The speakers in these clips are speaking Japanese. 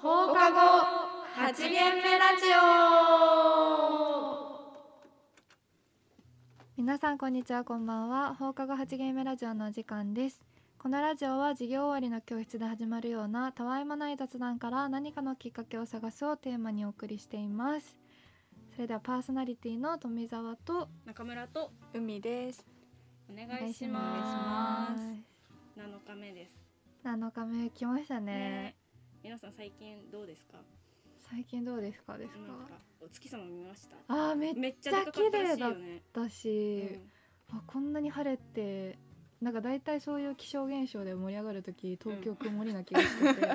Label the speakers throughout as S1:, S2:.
S1: 放課後八限目ラジオ
S2: 皆さんこんにちはこんばんは放課後8ゲームラジオのお時間ですこのラジオは授業終わりの教室で始まるようなたわいもない雑談から何かのきっかけを探すをテーマにお送りしていますそれではパーソナリティの富澤と
S3: 中村と
S4: 海です。
S3: お願
S2: お願
S3: い
S2: い
S3: し
S2: し
S3: ま。
S2: ますす
S3: 七日目です。
S2: 7日目来ましたね
S3: ね皆さん最近どうですか？
S2: 最近どうですかですか
S3: なんかお月様見ました。
S2: あーめっ
S3: めっちゃでかかったらしいよね。
S2: た
S3: う
S2: し、
S3: ん
S2: あこんなに晴れてなんか大体そういう気象現象で盛り上がるとき東京曇りな気がしてて、
S3: 確か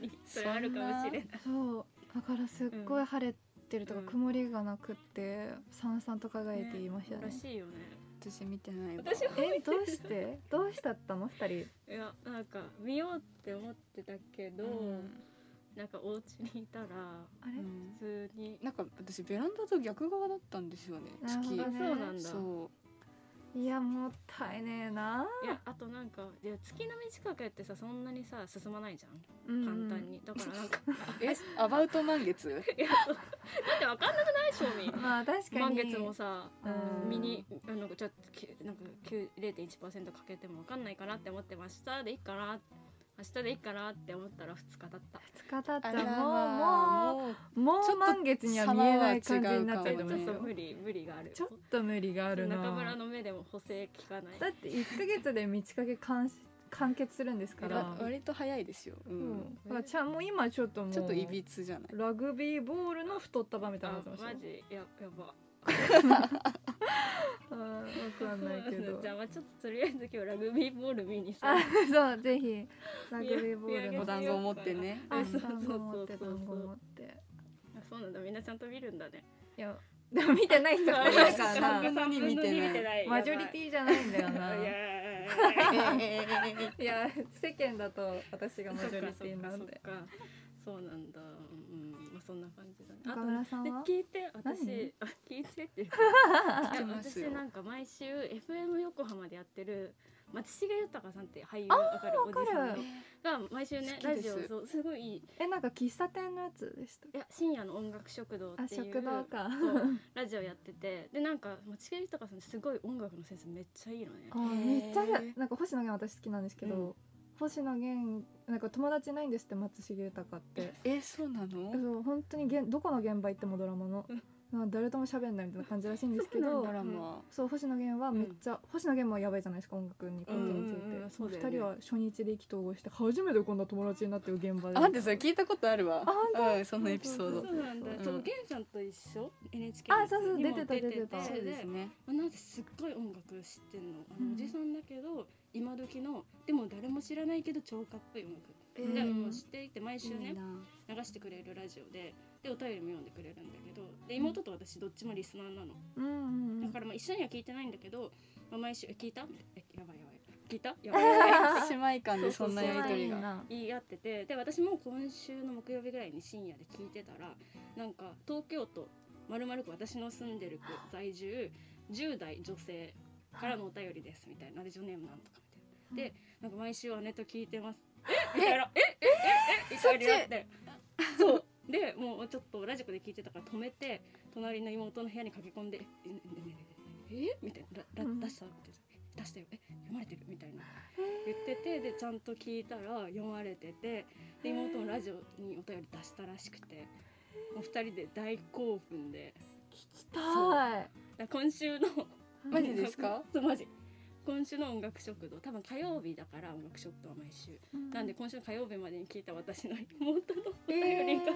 S3: にそれあるかもしれない。
S2: そうだからすっごい晴れてるとか、
S3: うん
S2: 曇りがなくってさんさんと輝いていましたね
S3: らしいよね。
S4: 私見てないわ。
S3: 私も
S2: えどうしてどうしたったの二人
S3: いやなんか見ようって思ってたけど、
S4: うん
S3: なんかお家にいたら
S2: あれ、
S4: うん
S3: 普通に。
S4: なんか私ベランダと逆側だったんですよね。
S2: なるほ
S4: 月
S2: ど
S3: あそう
S2: ね
S3: なんだ。
S4: そ
S2: いやもったいねえない
S3: やあとなんかいや月の短くやってさそんなにさ進まないじゃん
S2: 簡
S3: 簡単に、だからなんか
S4: う。え、アバウト満 月？
S3: いやそうだってわかんなくない正味
S2: まあ確かに
S3: 満月もさ
S2: うん
S3: ミニあのちょっときなんか9 0.1%かけてもわかんないかなって思って明日でいいかな明日でいいかなって思ったら2日経った
S2: 二日経った
S4: あ
S2: ら
S4: ら
S2: もうも
S4: もう
S2: うも
S4: ちょっ
S2: う
S4: と
S2: 満月には見えない感じになっちゃ
S3: え
S2: って
S3: ちょ
S4: 様
S3: っ
S2: ます
S4: は違うか
S2: よ
S3: と無理無理がある
S2: ちょっと無理があるな
S3: 中村の目でも補正効かない
S2: だって一ヶ月で短く完完結するんですから、
S4: わ割と早いですよ。う
S2: うんん。だからちゃんもう今ちょっともう
S4: ちょっといびつじゃない。
S2: ラグビーボールの太った場みたい
S3: あ
S2: になってました
S3: マ
S2: よ
S3: ジややば
S2: あーわかんないけ
S3: そう
S2: ど
S3: じゃあまあちょっととりあえず今日ラグビーボール見にさ
S2: あそうぜひラグビーボール
S3: 見上げ
S4: お
S2: の
S3: て
S4: 団子を持ってね。
S3: あ
S2: 団
S3: そ
S2: 子
S3: う
S2: 持って
S3: そうそうそう
S2: 団子持って
S3: あそうなんだみんなちゃんと見るんだね
S2: いやでも見てない人がいるから
S4: あそ
S2: な
S4: うなのに見てない
S3: ない
S2: マジョリティじゃないんだよ
S3: や
S2: な
S3: ばいいや
S2: い
S3: いやいやいや
S4: ええええ
S2: や世間だと私がマ
S3: そ
S2: ジ
S3: っ
S2: ョ
S3: か
S2: リティなんで
S3: そっかそっかそうなんだうんまあそんな感じだね
S2: 中村さん
S3: で
S2: は
S3: 聞いて私
S2: 何
S3: あ聞いてって いうかい
S4: 聞き
S3: や
S4: ます
S3: 私
S4: よ。
S3: なんか毎週 FM 横浜でやってる松重豊さんって俳優わかるおじさんの
S2: わか
S3: が毎週ね
S4: 好き
S3: ラ
S4: で
S3: ジ
S4: す
S3: オそうすごいいい
S2: えなんか喫茶店のやつでした
S3: いや深夜の音楽食堂
S2: あ
S3: っていう
S2: 食堂か
S3: そうラジオやっててでなんか松重豊さんってすごい音楽のセンスめっちゃいいのね
S2: あーめっちゃ
S4: へー
S2: なんか星野源私好きなんですけど、
S3: う
S2: 星野源なんか友達いないんですって松重豊って
S4: え、そうなの？
S2: そう本当にげんどこの現場行ってもドラマの
S3: うん
S2: なんか誰とも喋んないみたいな感じらしいんですけ
S3: そう
S2: ど
S4: ド
S3: なんだ
S4: ラマ。
S2: そう星野源はめっちゃ、星野源もやばいじゃないですか音楽にことについて、
S3: うんうんうんそうだよ
S2: 2
S3: ね
S2: 人は初日で意気投合して初めてこんな友達になってる現場で
S4: あ、待ってそれ聞いたことあるわ。
S2: あ本
S4: うん、そのエピソー
S3: そ
S4: ド
S3: う。なんだ、
S4: うん
S3: そう源さんと一緒 NHK の
S2: あそうそう
S3: にも
S2: 出てた出てた
S3: そ
S4: そ
S3: れ
S4: う
S3: で
S4: ですね。
S3: なんかすっごい音楽知ってんのあ
S2: う
S3: の
S2: ん
S3: おじさんだけど今時のでも誰も知らないけど超かっこいい音楽、
S2: うん
S3: で
S2: え
S3: もう知っていて毎週
S4: いい
S3: ね
S4: な
S3: 流してくれるラジオででお便りも読んでくれるんだけどで妹と私どっちもリスナーなの、
S2: うんうんう
S3: だ
S2: ん
S3: からまあ一緒には聞いてないんだけど、まあ、毎週「え聞いた?」えやばいやばい聞いた?」やばい やばい
S4: 姉妹間でそんなやりとり
S2: いい
S4: が。
S2: な
S3: 言い合っててで私も今週の木曜日ぐらいに深夜で聞いてたらなんか東京都まるまる区私の住んでる区在住10代女性からのお便りですみたいなラジオネームなんとかみたいなでなんか毎週姉と聞いてますえみたいなええええみたいになってそうでもうちょっとラジコで聞いてたから止めて隣の妹の部屋に駆け込んで「えねえねえねえねええみたいな「らら出した?」みたいな「出したよえ読まれてる?」みたいな言っててでちゃんと聞いたら読まれててで妹もラジオにお便り出したらしくてお二人で大興奮で
S2: たい
S3: だから今週の
S4: マジですか
S3: そうマジ今週の音楽食堂多分火曜日だから音楽食堂は毎週なんで今週の火曜日までに聞いた私の妹のお
S2: え
S3: 便り
S2: ー
S3: が、、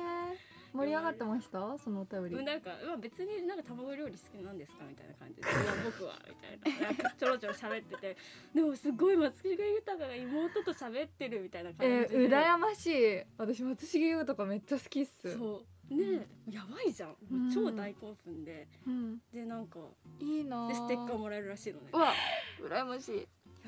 S2: 盛り上がってましたそのお便り
S3: うんなんか、まあ、別になんか卵料理好きなんですかみたいな感じで「いや僕は」みたいななんかちょろちょろ喋っててでもすごい松重豊が妹と喋ってるみたいな感
S2: え
S3: じ
S2: ー、
S3: で、
S2: 羨ましい私松重優とかめっちゃ好きっす
S3: そうねえやばいじゃんもう
S2: うん
S3: 超大興奮で、
S2: うん、
S3: でなんか
S4: いいな
S3: でステッカーもらえるらしいのね
S4: うわ、羨ましい。
S3: や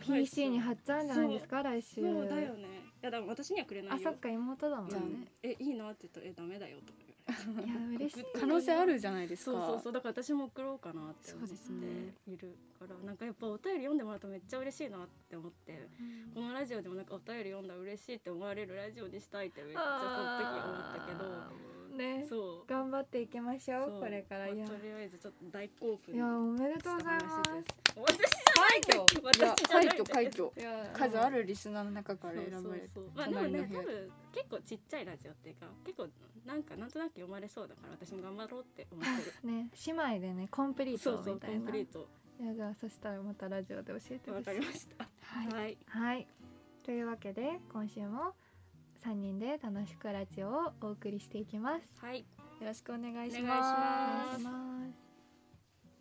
S3: ばいっす
S2: PC
S3: よ
S2: に貼っちゃうんじゃないですか来週
S3: そうだよねいやでも私にはくれな
S2: あ
S3: い
S2: そ
S3: よ
S2: っか妹だもん
S4: じゃあね
S3: えいいなって言ったら「えダメだよ」とか言われて
S2: い や嬉しい
S3: 送
S2: ね
S3: っ
S4: 可能性あるじゃないです
S3: そう
S4: か
S3: そうそうだから私も送ろうかなって思っ
S4: そ
S3: て
S4: うですね
S3: いるから、なんかやっぱお便り読んでもらうとめっちゃ嬉しいなって思って
S2: うん
S3: このラジオでもなんかお便り読んだら嬉しいって思われるラジオにしたいってめっちゃその時思った
S2: あーね
S3: けどそう
S2: 頑張っていきましょう
S3: そう
S2: これからい
S3: ま
S2: や
S3: あとりあえずちょっと大興奮
S2: いやおめでとうございます
S3: した話です
S4: 快挙
S3: 私
S4: い
S3: じゃな
S4: や
S3: い
S4: 快挙快挙
S2: いや
S4: 数あるリスナーの中か
S3: そ
S4: ら
S3: う
S4: 選
S3: そう
S4: ばれて
S3: そうまあでもね
S4: 隣の部
S3: 多
S4: 屋
S3: 分結構ちっちゃいラジオっていうか結構なんかなんとなく読まれそうだから私も頑張ろうって思ってる
S2: ね姉妹でねコン プリー
S3: そ
S2: ト
S3: うそう
S2: みた
S3: コ
S2: い
S3: ンプ
S2: な
S3: リー
S2: い
S3: ト
S2: やじゃあそしたらまたラジオで教えてほ
S3: わ
S2: しい
S3: かりました
S2: はい
S3: はい
S2: はい、というわけで今週も3人で楽しくラジオをお送りしていきます。
S3: はい
S4: よろしくお願いし
S2: お
S3: お願いし
S4: ま
S3: ま
S2: 願い
S4: す
S2: します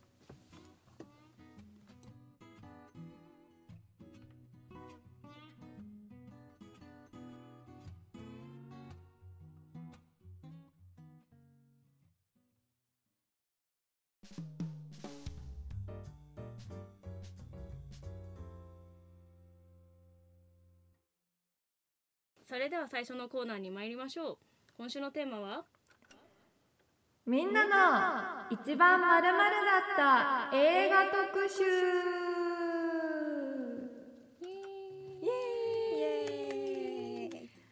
S3: それでは最初のコーナーに参りましょう今週のテーマは
S2: みんなの一番まるまるだった映画特集。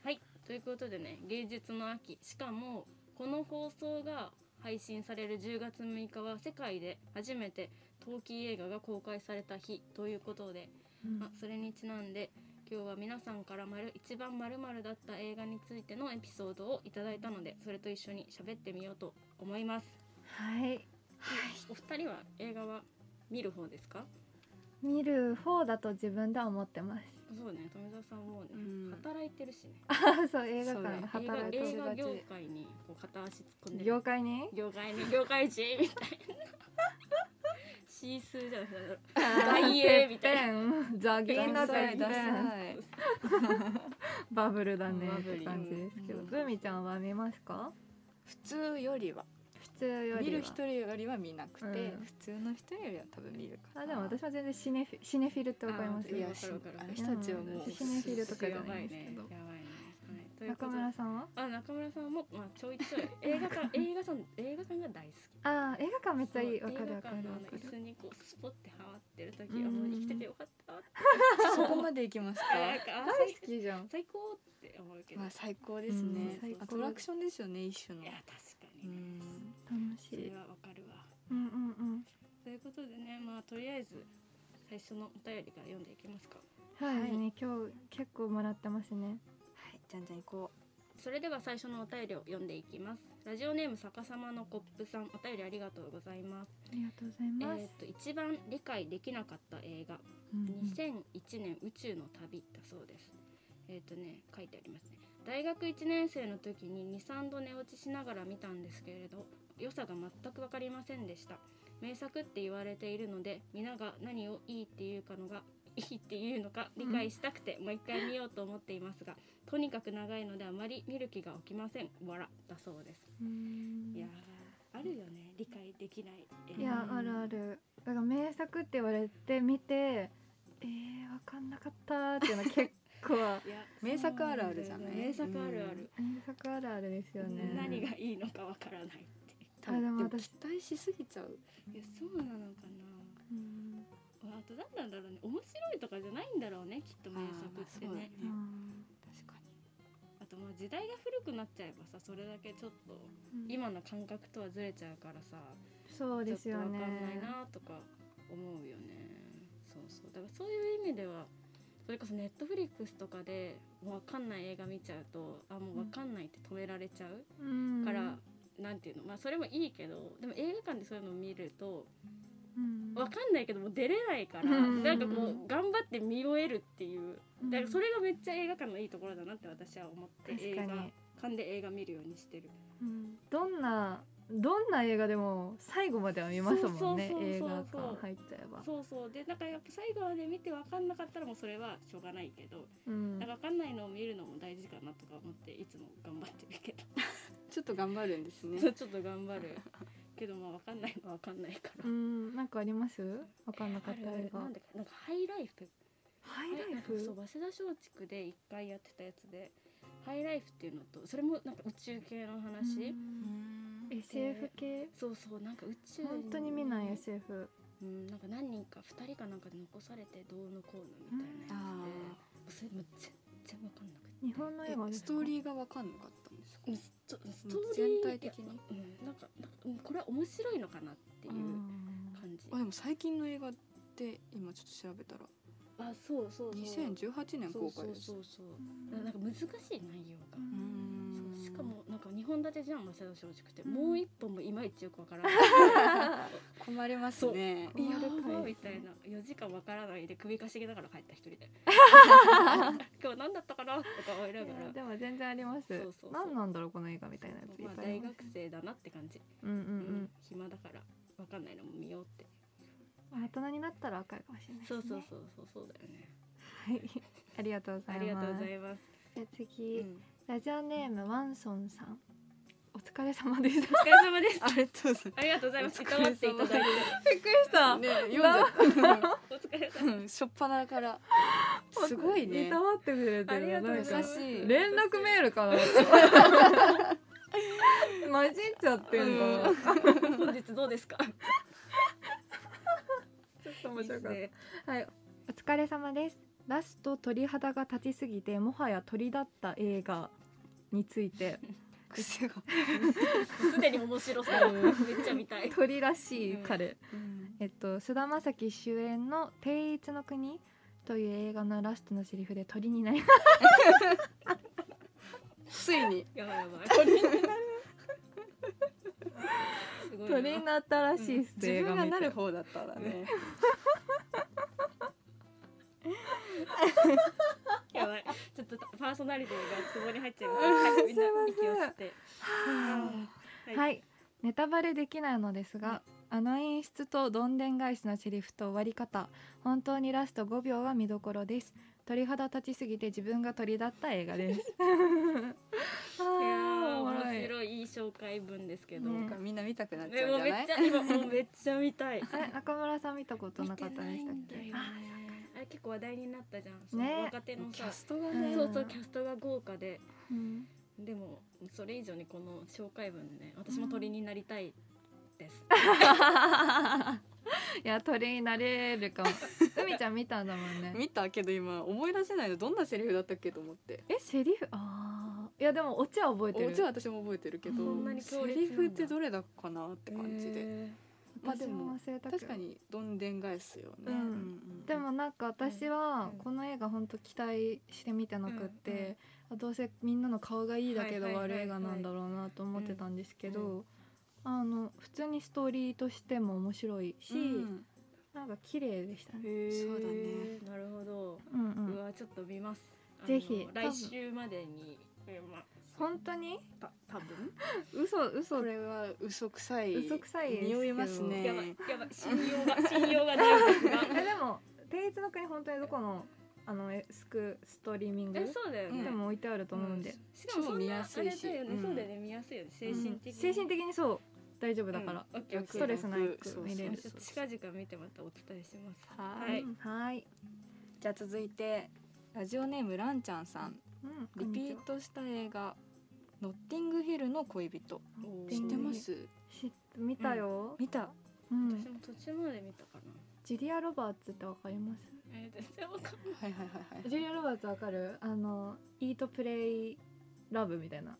S3: はいということでね芸術の秋しかもこの放送が配信される10月6日は世界で初めて冬季映画が公開された日ということで、
S2: うん
S3: まあ、それにちなんで今日は皆さんから丸一番まるだった映画についてのエピソードをいただいたのでそれと一緒に喋ってみようと思います
S2: はい、
S3: お二人は映画は見る方ですか
S2: 見る方だと自分では思ってます。
S3: そうね富澤さんもね、
S4: うん
S3: 働いてるしね
S2: あそう映画館で
S3: 映画
S2: 働
S3: 映
S2: く
S3: 画業界にこう片足突っ込んでる
S2: 業界に
S3: 業界に業界人みたいなシースーじゃない大英みたいな
S2: な。ザギンの
S4: ダ
S2: て
S4: サ
S2: っ
S4: い
S2: ぺ
S4: ダ
S2: ん。
S4: サい
S2: バブルだね
S4: バ
S2: っ
S4: ブ
S2: て
S4: リ
S2: 感じですけど、
S4: うん
S2: ブミちゃんは見ますか
S4: 普通よりは
S2: 普通よりは
S4: 見る人よりは見なくて、
S2: うん
S4: 普通の人よりは多分見るか
S2: あ
S4: ら
S2: でも私は全然シネフィシネフィルってわかります
S3: あ
S4: いや
S3: わかるわかる
S4: あの人たちはもう
S2: 私シ ネフィル とかじ
S3: や
S2: ゃ
S3: ば
S2: ないん
S3: い
S2: です
S3: ね
S2: け
S3: や
S2: ど
S3: ばいねはいというこ
S2: 中
S3: とで
S2: 村さんは
S3: あ中村さんもまあちょいちょい映画館映画さん映画館が大好き
S2: あー映画館めっちゃいい
S3: そう
S2: わかる
S3: 映
S2: わ
S3: 画
S2: か
S3: 館
S2: るわ
S3: の
S2: か
S3: あの
S2: る
S3: 椅子にこうスポってハマってる時
S2: うん
S3: はもう生きててよかったって
S4: そこまで行きますか
S3: なんかあ
S2: 大好きじゃん
S3: 最高って思うけどい
S4: まあ最高ですね
S2: うん、最高
S4: アトラクションですよね一種の
S3: や確か
S4: う
S3: にね
S4: ん
S2: 楽し
S3: それ
S2: い
S3: はわかるわ
S2: うんうんうん
S3: ということでねまあとりあえず最初のお便りから読んでいきますか
S2: そうですね今日結構もらってますね
S4: はいじゃんじゃん行こ
S3: それでは最初のお便りを読んでいきますラジオネーム逆さまのコップさんお便りありがとうございます
S2: ありがとうございま
S3: え
S2: す
S3: ーっと一番理解できなかった映画
S2: うんうん
S3: 2001年宇宙の旅だそうですえーっとね書いてありますね大学1年生の時に23度寝落ちしながら見たんですけれど良さが全く分かりませんでした名作って言われているので皆が何をいいっていうかのがいいっていうのか理解したくてもう一回見ようと思っていますがとにかく長いのであまり見る気が起きませんわらだそうです
S2: うん
S3: いやーあるよね理解できない映画
S2: いやあるあるだから名作って言われて見てえー、わかんなかったーっていうの結 構
S3: いや
S4: う名作あるあるじゃない
S3: 名作あるある、
S2: 名作あるあるですよね
S3: 何がいいのかわからないって
S4: うん
S2: あでも
S4: でも
S2: 私
S4: 期待しすぎちゃう
S3: いやそうなのか
S2: うん
S3: なあと何なんだろうね面白いとかじゃないんだろうねきっと名作って
S4: あーまあそうだ
S3: ね
S4: ね
S2: うん
S4: 確かに
S3: あとまあ時代が古くなっちゃえばさそれだけちょっと今の感覚とはずれちゃうからさ
S2: そうです
S3: ち
S2: よ
S3: ょっとわかん
S2: ね
S3: ないなとか思うよねそうそうだからそういう意味ではそれこそネットフリックスとかでもうわかんない映画見ちゃうとあもうわかんないって止められちゃう、
S2: うん
S3: からなんていうのまあそれもいいけどでも映画館でそういうのを見ると
S2: うん
S3: わかんないけどもう出れないから、
S2: うん
S3: なんかこう頑張って見終えるっていう
S2: うん
S3: だからそれがめっちゃ映画館のいいところだなって私は思って
S2: 確
S3: 映
S2: か
S3: 画
S2: に、
S3: 館で映画見るようにしてる
S2: うん、どんなどんな映画でも最後までは見ますもんね
S3: そうそうそう
S2: 映
S3: そう
S2: 画館入っちゃえば
S3: そうそうでなんかやっぱ最後まで見て分かんなかったらもうそれはしょうがないけど、
S2: うん
S3: なんか分かんないのを見るのも大事かなとか思っていつも頑張ってるけど、
S4: ちょっと頑張るんですね
S3: そうちょっと頑張るけどまあ分かんないのは分かんないか
S2: う
S3: ら、
S2: んなんかありますわかんなかった
S3: あるある
S2: 映画
S3: なんだっけなんかハイライフ
S2: ハイ
S3: ハイ
S2: ライフ
S3: そう早稲田松竹で一回やってたやつでハイライフっていうのとそれもなんか宇宙系の話、
S2: うん
S1: ん
S2: SF 系
S3: そうそうなんか宇宙
S2: 本当に見ない SF
S3: うん、なんか何人か2人かなんかで残されてどうのこうのみたいなやつで、も
S4: あ
S3: うそれもう全然わかんなくて
S2: 日本の映画
S4: え
S2: です
S4: ス
S2: か
S4: トーリーが分かんなかったんですか
S3: うんストスト
S4: もう
S3: ーリー
S4: 全体的
S3: いや
S4: に
S3: うん、なんかなんかうんこれは面白いのかなっていう
S2: うん
S3: 感じ、
S4: あでも最近の映画って今ちょっと調べたら
S3: あそうそうそう
S4: 2018年公開です
S3: そうそうそうそうなんか難しい内容が
S2: う、
S4: ん
S3: そうしかもなんか2本立てじゃん早稲田松竹って、
S2: うん
S3: もう一本もいまいちよくわからない
S4: 困りますね
S2: リアル回
S3: やばみたいな4時間わからないで首かしげながら帰った一人で今日何だったかなとか思いなが
S2: い
S3: ら
S2: やでも全然あります
S3: そうそうそう
S2: 何なんだろうこの映画みたいなやついっ
S3: まあ
S2: ぱいあ
S3: 大
S2: りま
S3: 学
S2: す
S3: 生だなって感じ、
S2: うんうん
S3: う
S2: うん
S3: 暇だからわかんないのも見ようって
S2: まあ大人になったらわかるかもしれないです
S3: そ
S2: ね
S3: うそうそうそうそうだよね
S2: はいありがとうござ
S3: あ
S2: い
S3: りが
S2: ます
S3: とうございます
S2: じゃあ
S3: う
S2: 次
S3: ん
S2: ラジオネームワンソンさんお疲れ様でした
S3: お疲れ様です
S4: あれどうぞ
S3: ありがとうございますい
S4: お
S3: た
S4: 疲
S3: わ
S4: れ様
S3: っていただいて
S2: びっくりした
S4: ね読んじゃった
S3: お疲れ様
S4: うん 初っ端からすごいね
S2: いたわってくれて
S3: ありが
S2: る
S3: とうございま
S4: 優し
S3: す
S4: い
S2: 連絡メール かな混じっちゃってんかな、
S4: う
S3: 本日どうですか
S2: ちょっと
S3: いいですね
S2: はい、お疲れ様です。ラスト鳥肌が立ちすぎてもはや鳥だった映画について
S4: 癖が
S3: すでに面白そうめっちゃ見たい
S2: 鳥らしい彼、
S4: うん
S2: えっと菅田将暉主演の「定一の国」という映画のラストのセリフで鳥になりま
S4: ついに
S3: やばい やばい鳥になるすごいな
S2: 鳥になったらしいっす、
S4: 自分がなる方だったらね
S3: やばいちょっとパーソナリティがツボに入っちゃいますはいみんな息を吸って
S2: はい、ネタバレできないのですが、あの演出とどんでん返しのセリフと終わり方本当にラスト5秒が見どころです鳥肌立ちすぎて自分が鳥だった映画ですあ
S3: いや
S2: ー
S3: ー
S2: おも
S3: 面
S2: ろい
S3: 白いいい紹介文ですけど、
S2: ね
S4: なんかみんな見たくなっち
S3: で
S4: ゃうん
S3: もう
S4: じゃ
S3: めっ
S4: ない
S3: ちゃ今もうめっちゃ見たい
S2: え中村さん見たことなかったでしたっけ
S3: 見てないんだよねあれ結構話題になったじゃん、そ
S2: ね
S3: の若手の
S4: キ
S3: さ
S4: ャストが
S2: う
S4: ね
S2: ん
S3: そうそうキャストが豪華で
S2: うん
S3: でもそれ以上にこの紹介文ね私も鳥になりたいです、
S2: いや鳥になれるかも海ちゃん見たんだもんね
S4: 見たけど今思い出せないのどんなセリフだったっけと思って
S2: えセリフあーいやでもオチは覚えてる
S4: もちろん私も覚えてるけど
S2: そんな
S3: に強
S4: セ
S3: 烈なんだ
S4: リフってどれだかなって感じで
S3: え
S4: まあ
S2: 私
S4: で
S2: も
S4: も
S2: 忘れたけど
S4: 確かにどんでん返すよね
S2: うんでもなんか私は
S3: うん
S2: この映画ほんと期待して見てなくって、
S3: うんうん
S2: あどうせみんなの顔がいいだけど
S3: はいはいは
S2: 悪
S3: いはい
S2: い映画なんだろうなと思ってたんですけど、
S3: うん
S2: あの普通にストーリーとしても面白いし、
S4: うん
S2: なんか綺麗でしたね。
S4: そうだ
S3: ーなるほど、
S2: うんう、
S3: うんわちょっと見ますあの
S2: ぜひ
S3: 来週までにえま
S2: 本当に
S3: た多分
S2: 嘘嘘
S4: これは嘘くさい
S2: 嘘くさいですけど
S4: 匂います
S3: やばい
S4: ね
S3: やばい信用が信用がないですが
S2: えでも「定一の国」本当にどこのあのえスクストリーミング
S3: えそうだよね、
S2: でも置いてあると思うんで、
S3: しかもそんな
S4: 超見やすいし
S3: あれだよね、
S4: うん
S3: そうだよね見やすいよね精
S2: うん
S3: 神的に、
S2: 精神的にそう大丈夫だから、
S3: うんオッケーオッケー
S2: ストレスな
S4: そう
S2: く
S4: そう
S2: 見れる
S3: ちょっと近々見てまたお伝えします
S4: は
S3: はい
S4: い
S2: はい、
S4: じゃあ続いてラジオネームランちゃんさん
S2: うん、
S4: リピートした映画ノッティングヒルの恋人
S3: おー
S4: 知ってます
S2: 知っ見たよ、
S4: 見た
S2: うん
S3: 私も途中まで見たかな
S2: ジュリア・ロバーツってわかります
S3: えー、全然わかんない
S4: はいはいはいはい
S2: ジュリア・ロバーツわかるあの「イート・プレイ・ラブ」みたいな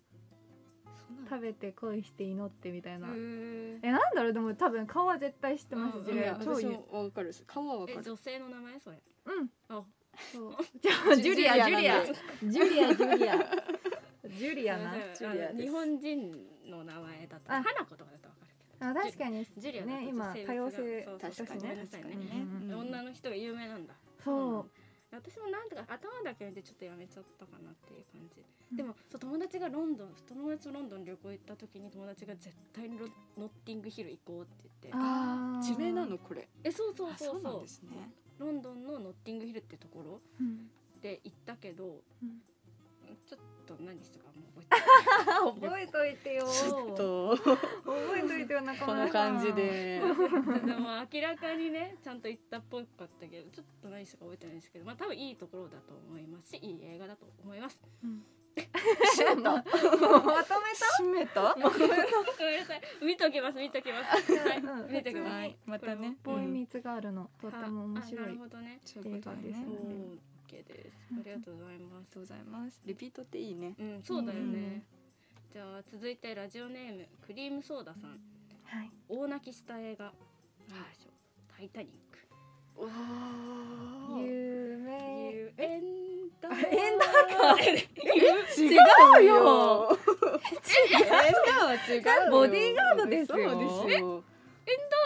S4: そんな
S2: 食べて恋して祈ってみたいな、
S3: え
S2: えなんだろうでも多分顔は絶対知ってます、
S3: うん
S2: ジュリア
S3: うん
S2: 超
S4: 私
S2: 有
S4: もわかるです顔はわかる
S3: 女性の名前それ
S2: うん
S3: あ
S2: そうじゃあジュリアジュリアジュリアジュリアジュリアな
S3: すいま
S4: ジュ
S3: せん
S4: リ
S3: あ
S4: アです
S3: の日本人の名前だった
S2: あ
S3: ら花子とかだったらわかるけど
S2: あ確かに
S3: ジュリアだと
S2: ね今
S3: ちょっと
S2: 多様
S3: 性
S2: 性
S3: 別が
S2: だし
S4: 確かに
S2: ね
S4: 確か
S2: う
S4: に
S2: ん
S4: ね
S2: うんうん
S3: 女の人が有名なんだ
S2: そう
S3: 私もなんとか頭だけ見てちょっとやめちゃったかなっていう感じ、
S2: うん
S3: でもそう友達がロンドン友達とロンドン旅行行った時に友達が絶対にロノッティングヒル行こうって言って
S2: あー
S4: 地名なのこれ
S3: えそうそう
S4: あ
S3: そうそう
S4: なんですね
S3: ロンドンのノッティングヒルってところ
S2: うん
S3: で行ったけど、
S2: うん
S3: ちょっとと何したかもう覚
S5: 覚えといてよ
S4: ちょ っと
S5: 覚えといてよ中
S4: こ
S5: 村
S4: の
S5: さん
S4: 感 じで
S3: えてないでも明らかにねちゃんと言ったっぽかったけどちょっと何したか覚えてないんですけどまあ多分いいところだと思いますしいい映画だと思います
S4: 締めた
S5: まとめた
S4: 締めた
S3: ごめんなさい見ときます見ときます はい見てくださ
S4: はいいまたね
S2: ボーイミーツガールのと
S3: と
S2: っても面白
S3: ないるほどね
S4: そういうことだ
S2: 映画で
S4: ね
S2: す
S4: あ
S3: そ
S2: ね
S4: り
S3: う
S4: が
S3: OK ですありがとうございます
S4: とうございますリピートっていいね
S3: うんそうだよね、
S2: うん
S3: じゃあ続いてラジオネームクリームソーダさん
S2: はい
S3: 大泣きした映画何でしょう「タイタニック」
S4: わあ
S5: 有名
S3: ゆえんだー
S5: えん
S4: 違うよ。違う違うよ。
S5: ボディーガードですよ
S4: そうですよ。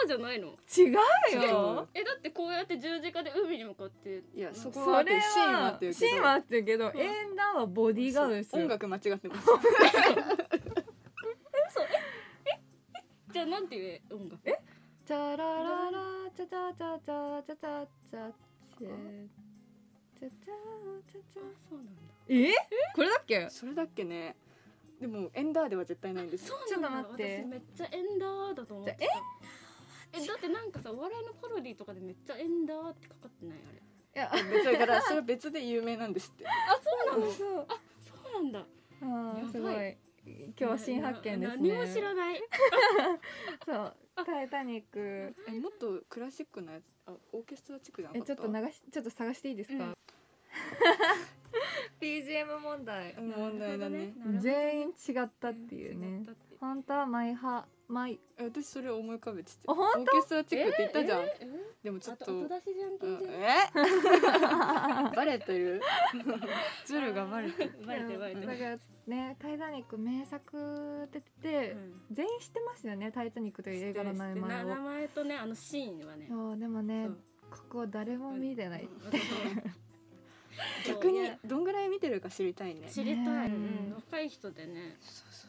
S3: じゃないの
S5: 違う
S4: 違う
S5: よ
S3: えだってこうやって十字架で海に向かって
S4: いやそこは
S5: そ
S4: あとシ
S5: れ
S4: ーンはあっ
S5: は
S4: てるけど。
S5: シーンはあってるけどエンダーはボディーガードです
S4: 音
S5: よ
S4: 楽間違ってます。
S3: じゃあなんていう音楽え
S2: チャラララチャチャチャチャチャチャチャチャチャチャチャチャ
S3: そうなんだ
S5: えこれだっけ
S4: それだっけね。でもエンダーでは絶対ないんですよ。
S3: そうな
S5: ちょ
S3: んだ
S5: っと待って
S3: 私めっちゃエンダーだと思ってたえだってなんかさお笑いのパロディとかでめっちゃエンダーってかかってないあれ
S4: 別だからそれは別で有名なんですって。
S3: そうなの
S5: そう
S3: そうなんだ
S5: あ
S3: やばい
S5: ーすごい今日は新発見です
S3: な何も知
S5: ね
S3: らない
S5: そうタイタニック
S4: えもっとクラシックなやつあオーケストラチックじゃなか
S5: え
S4: っ
S5: ち
S4: た。
S5: ょっと流しちょっと探していいですか、
S3: うん
S5: BGM 問題
S4: 問題だね。
S3: なるほど
S5: 全員違ったっていう
S3: 違
S5: ね
S3: ったって
S2: 本当はマイハマイ
S4: え私それ思い浮かべてて。
S5: あ
S4: オ
S5: 本
S4: ーケストラチックって言ったじゃん。
S3: ええ
S4: でもちょっ
S3: あと
S4: と
S3: 後。出しじゃんけんじゃん
S4: え バレてるズルがバレてる
S3: バレてるバレて
S2: だ
S3: る
S2: からね「タイタニック」名作出てて、
S3: うん
S2: 全員知ってますよね「タイタニック」という映画の名
S3: 知ってる知っ
S2: 前
S3: てる名
S2: を
S3: 前とねあのシーンはね
S2: そうでもね
S3: そう
S2: ここ誰も見てない、
S3: そう
S4: 逆に
S3: いや
S4: どんぐらい見てるか知りたいね
S3: 知りたい、
S2: ね
S3: うん若い人でね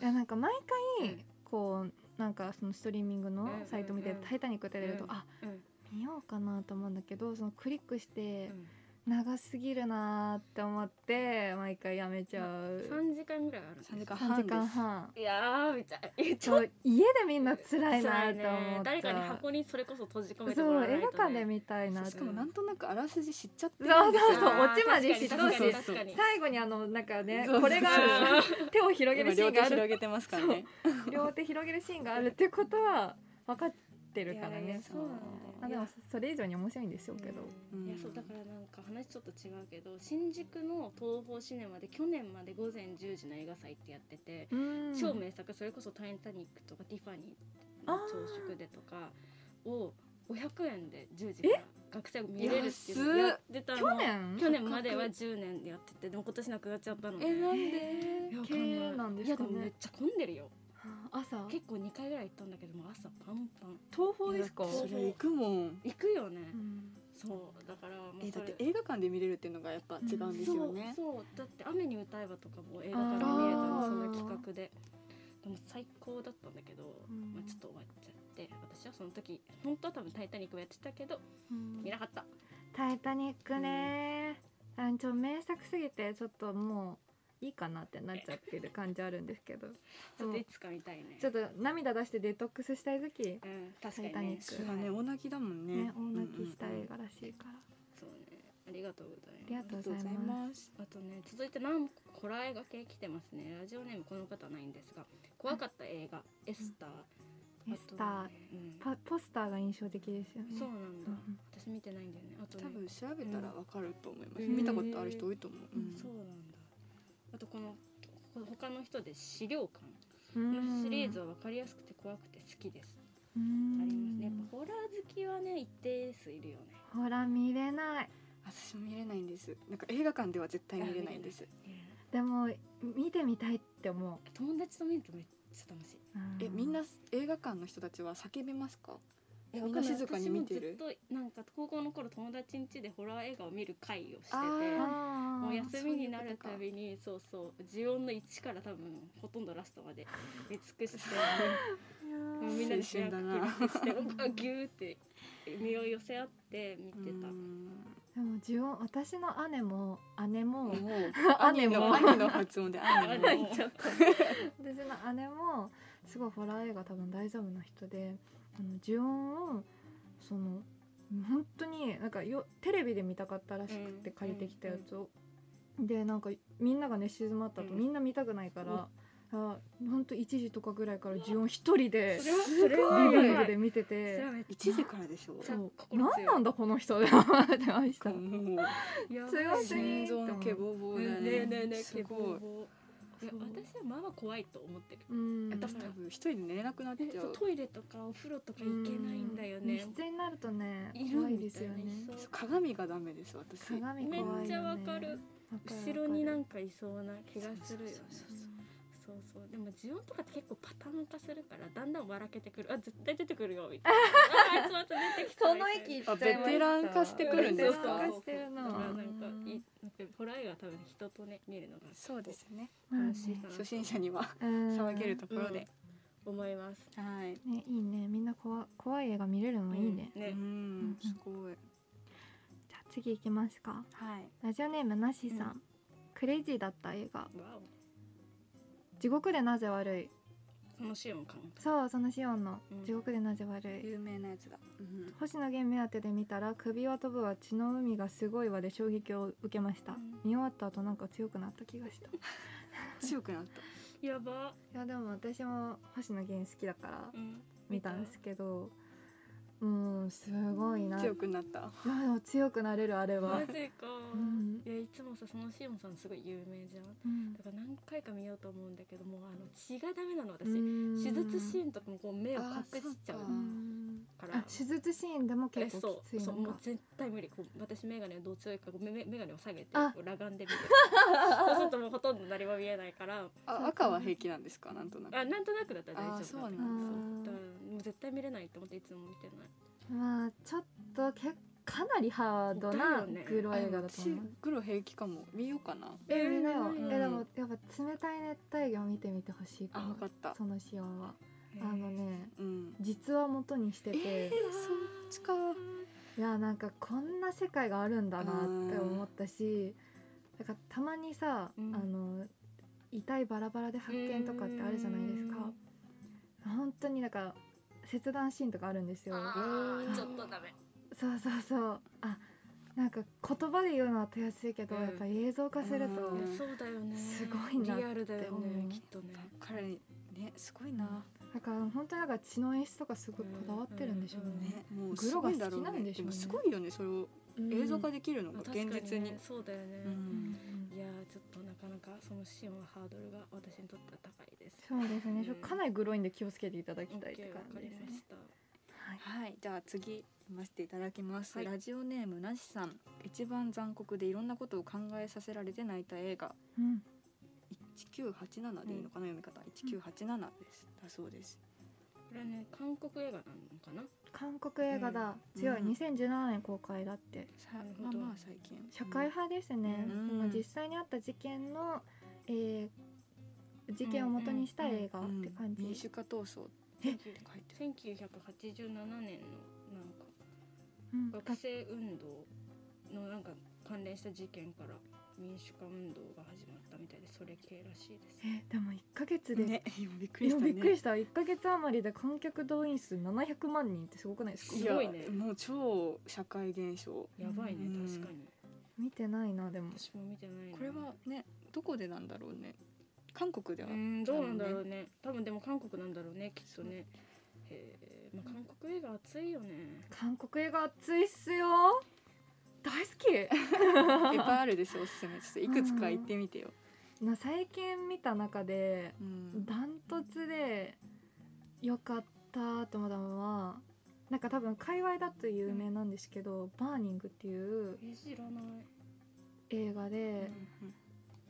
S2: いやなんか毎
S3: う
S2: 回
S3: ん
S2: こうなんかそのストリーミングのサイト見て
S3: うん
S2: 「タイタニック」って出ると、
S3: うん
S2: あ
S3: うん
S2: 見ようかなと思うんだけどそのクリックし
S3: う
S2: て
S3: ん
S2: 長すぎるなーって思って毎回やめちゃう
S3: 3時間ぐらいある
S4: 3時間
S2: 3
S4: 半
S2: 時
S4: で
S2: 間半
S3: いやーみたいちょっ
S2: そう家でみんな辛いなー
S3: ね
S2: と思った
S3: 誰かに箱にそれこそ閉じ込めて
S2: そ
S3: もら
S2: う
S3: わない
S2: 映
S3: と、ね、
S2: 画館で見たいな
S4: す
S2: って
S4: しかもなんとなくあらすじ知っちゃって
S2: そう
S4: で
S2: そう
S4: す
S2: そう
S4: よ
S2: 落ちまで知っ
S3: 確
S2: と
S3: か
S2: う
S3: に
S2: し
S3: 確かに
S2: 最後にあのなんかね
S4: そうそ
S2: こ
S4: うそう
S2: れがある手を広げ
S4: 今
S2: るシー
S4: 両
S2: ン
S4: 手
S2: がある
S4: 広げてますからね
S2: 両手広げるシーンがあるってことは分かってるから
S4: いやい
S2: ね
S4: やそう
S2: あでもそれ以上に面白いんですよけど
S4: うん
S3: いやそうだからなんか話ちょっと違うけど新宿の東宝シネマで去年まで午前10時の映画祭ってやってて、
S2: うん
S3: 超名作それこそ「タイタニック」とか「ティファニー」の朝食でとかを500円で10時から学生が見れるっていうのをやってたの
S2: 去年
S3: 去年までは10年でやっててでも今年なくなっちゃったの
S4: えなんで
S3: いやわかん
S2: 経営なんですか
S3: いやでもめっ
S2: ね
S3: ちゃ混んでるよ
S2: 朝
S3: 結構2回ぐらい行ったんだけどもう朝パンパン
S5: 東宝ですか
S4: いやそれ行くもん
S3: 行くよね、
S2: うん
S3: そうだからもう
S4: え
S3: そ
S4: だっ
S3: れ
S4: て映画館で見れるっていうのがやっぱ違うんですよね
S3: そうそうだって「雨に歌えば」とかも映画から見えたの
S2: あー
S3: その企画ででも最高だったんだけど、
S2: うん
S3: まあ、ちょっと終わっちゃって私はその時本当は多分「タイタニック」をやってたけど見なかった
S2: タイタニックねー、あちょ名作すぎてちょっともういいかなってなっちゃってる感じあるんですけど
S3: ちょっといつか見たいね
S2: ちょっと涙出してデトックスしたい時
S3: うん確
S2: タ
S3: かに
S2: イタニ
S3: ね
S2: ック
S4: それはね
S3: はい
S4: 大泣きだもんね
S2: ね大泣きした
S4: うんうんう
S2: 映
S4: ん
S2: 画らしいから、
S3: そうねありがとうございます
S2: ありがとう
S4: ありがとうございます
S3: あとね続いて何個ホラー映画系来てますねラジオネームこの方はないんですが怖かった映画、エスター、
S2: エ
S3: あ
S2: ス
S3: と
S2: ター
S3: ねうん
S2: パポスターが印象的ですよね
S3: そうなんだ、
S2: うんうん
S3: 私見てないんだよねあとね
S4: 多分調べたらわかると思います
S3: うん
S4: 見たことある人多いと思ううん
S3: そうなんだあとこのこ他の人で資料館
S2: う
S3: こ
S2: ん
S3: のシリーズは分かりやすくて怖くて好きです、
S2: うん
S3: ありますねやっぱホラー好きはね一定数いるよね
S2: ほら見れない
S4: 私も見れないんですなんか映画館では絶対見れないんです
S2: でも見てみたいって思、
S3: 友達と見るとめっちゃ楽しいう
S2: う
S4: えみんな映画館の人たちは叫びますかえ
S3: み
S4: わ
S3: んな
S4: か
S3: ん
S4: ない静かに見て
S3: 私も
S4: る
S3: ずっとなんか高校の頃友達ん家でホラー映画を見る会をしてて
S2: あ
S3: もう
S2: ー
S3: 休みになるたびにそうそう「呪音の1から多分ほとんどラストまで見尽くしてもうみんなで主役決めてして 僕はギューって身を寄せ合って見てた。
S2: でも呪音私の姉も姉も
S4: もう
S2: 兄
S4: 兄
S2: の
S4: の兄の発音で
S3: あ
S4: 兄の
S3: でも
S2: 私の姉もすごいホラー映画多分大丈夫な人であの呪音をその本当になんかよテレビで見たかったらしくて
S3: うん
S2: 借りてきたやつを、でなんかみんなが寝静まった後、
S3: うん
S2: みんな見たくないから、あ本当1時とかぐらいから呪音一人で
S3: それはそれは
S2: リビン
S3: やば
S2: グ
S3: い
S2: で見て
S3: それ
S2: て
S3: はめっち
S4: 一時からでしょ。
S2: そう
S3: 心強い
S2: 何なんだこの人で思ってました
S4: もう
S3: ゃや
S2: 強す
S3: ばい
S2: ぎ
S4: 心臓のけぼぼだ
S3: ねえ
S4: ね。
S3: ねえねえ
S4: す
S3: 結
S4: ご
S3: 構
S4: い。
S3: いや
S2: そう
S3: 私はまあまあ怖いと思ってる
S2: うん
S4: 私多分一人で寝れなくなっち
S3: え
S4: ゃ
S3: そう
S4: う。
S3: トイレとかお風呂とか行けないんだよ
S2: うん
S3: ね
S2: 密室になるとね
S3: いる
S2: 怖い
S3: み
S2: です
S3: たい
S2: よ
S3: な
S2: ね
S3: いそう
S4: 鏡がダメです私。
S2: 鏡怖い
S3: め
S2: よね
S3: っちゃわか
S2: わか
S3: る
S2: る
S3: 後ろにな
S2: わ
S3: ん
S2: か
S3: かいそうな気がするよね
S4: そうそうそう
S2: る
S3: そうそうでも呪音とかって結構パターン化するからだんだん笑けてくるあ絶対出てくるよみたいなああいつまた出てきた
S6: そ
S3: み
S6: の
S3: たいな
S6: 駅
S4: あベテラン化してくるんです
S3: そう
S4: か
S3: そう。
S2: 化してるな
S3: だからなんかいいなんかホラー映画は多分人とね見るのが
S4: そうですね。
S3: 楽しいかな
S4: 初心者には
S2: うん
S4: 騒げるところで。
S3: 思います
S4: はい。
S2: ねいいねみんな怖怖い映画見れるのいいね、
S3: うん
S4: う
S3: ね
S4: んすごい。
S2: じゃあ次行きますか
S4: はい。
S2: ラジオネームなしさん、
S4: う
S2: クレイジーだった映画
S3: わ
S2: 地獄でなぜ悪い
S3: おそのシーンを考えた
S2: そうそのシオンの
S3: うん
S2: 地獄でなぜ悪い、
S4: 有名なやつだ。うん
S2: 星野源目当てで見たら首は飛ぶわ血の海がすごいわで衝撃を受けました、
S3: うん
S2: 見終わった後なんか強くなった気がした
S4: 強くなった。
S3: やば
S2: いやでも私も星野源好きだから
S3: うん
S2: 見たんですけどうんすごいな
S4: 強くなった。
S2: いやでも強くなれるあれは
S3: マ、ジか、
S2: ん
S3: いやいつもさそのシオンさんすごい有名じゃん
S2: うん
S3: だから何回か見ようと思うんだけどもうあの血がダメなの私、
S2: 手
S3: 手術シーンとかもこう目を隠しちゃう
S4: あーそっか
S3: から
S2: あ手術シーンでも
S3: え
S2: 結構きつ
S3: そう
S2: い
S3: そうも
S2: の
S3: う
S2: か
S3: 絶対無理こう私眼鏡どう強いかこうめめ眼鏡を下げて
S2: あ
S3: こう裸眼で見 てそうするともうほとんど何も見えないから
S4: あ赤は平気なんですかなんとなく。
S3: あなんとなくだったら大丈夫
S4: あそうなん
S3: だ
S4: だ
S3: だからもう絶対見れないと思っていつも見てない
S2: まあちょっとけかなりハードな
S3: だよね
S2: グロ映画だと
S4: 私
S2: 思う
S4: 黒平気かも見ようかな。
S2: え見なよ、
S3: うん
S2: えでもやっぱ冷たい熱帯魚見てみてほしいか
S4: あ
S2: も
S4: 分かった。
S2: そのシオンはあのね
S4: うん。
S2: 実話元にしてて、
S4: そっちか。
S2: いやなんかこんな世界があるんだなって思ったしだからたまにさ、
S3: うん
S2: あの遺体バラバラで発見とかってあるじゃないですか本当にだから切断シーンとかあるんですよ
S3: あーちょっとダメ
S2: そうそうそうあなんか言葉で言うのは手安いけど、
S3: うん
S2: やっぱ映像化すると、
S4: うん
S3: そうだよね
S2: すごいなって思う
S3: リアルだよねきっとね
S4: 彼ねすごいな。
S2: だから本当になんか血の演出とかすごいこだわってるんでしょうね、
S4: ねもう
S2: グ
S4: す
S2: ロ
S4: ご
S2: が
S4: いんだろう
S2: 好きなんで
S4: ね。
S2: し
S4: で
S2: ょうね
S4: もすごいよねそれを
S2: うん
S4: 映像化できるのが
S3: 確か
S4: 現実に
S3: ね。そうだよね、
S4: うん
S3: いやーちょっとなかなかそのシーンはハードルが私にとっては高いです。
S2: そうですね、
S3: うん
S2: かなりグロいんで気をつけていただき
S3: オッ
S2: たいっ
S3: ケ
S2: て
S3: ーわ
S2: 感
S3: か
S2: じ
S3: り
S2: です
S3: ま
S2: ね
S3: した。
S2: はい
S4: はい、じゃあ次読ませていただきます、
S3: はい
S4: ラジオネームなしさん一番残酷でいろんなことを考えさせられて泣いた映画
S2: うん
S4: 1987でいいのかな、読み方1987ですだそうです
S3: これはね韓国映画なのかな。
S2: 韓国映画だ、
S4: うん
S2: 強い
S4: うん
S2: 2017年公開だって
S4: さ
S3: なるほ
S4: まあ
S3: ど
S4: まあ最近
S2: 社会派ですね、
S4: うん
S2: その実際にあった事件の、えー事件を元にした映画っ
S4: うん
S2: て感じ、
S4: 民主化闘争って
S3: え、
S4: 書い
S3: 1987
S4: て
S3: 年のなんか
S2: うん
S3: 学生運動のなんか関連した事件から民主化運動が始まったみたいでそれ系らしいです。
S2: えでも1ヶ月
S4: あ
S2: で、
S4: るね今びっ
S2: い
S4: く
S2: や
S4: りしたね
S2: びっくりした1ヶ月余りで観客動員数700万人ってすごくないですか
S3: すごいね
S4: やもう超社会現象
S3: やばいね
S4: うん
S3: 確かに。
S2: 見てないなでも
S3: 私も見てないな。
S4: これはねどこでなんだろうね韓国で
S3: う
S4: は、
S3: んどうなんだろうね。多分でも韓国なんだろうねきっとね。へえまあ韓国映画熱いよね。
S2: 韓国映画熱いっすよ大 好
S4: いっぱいあるでしょおす すめちょっといくつか行ってみてよ、
S2: きな最近見た中で
S4: うん
S2: ダントツで良かったと思ったのはなんか多分界隈だと有名なんですけど「バーニング」っていう
S3: え知らない。
S2: 映画
S4: う
S2: で、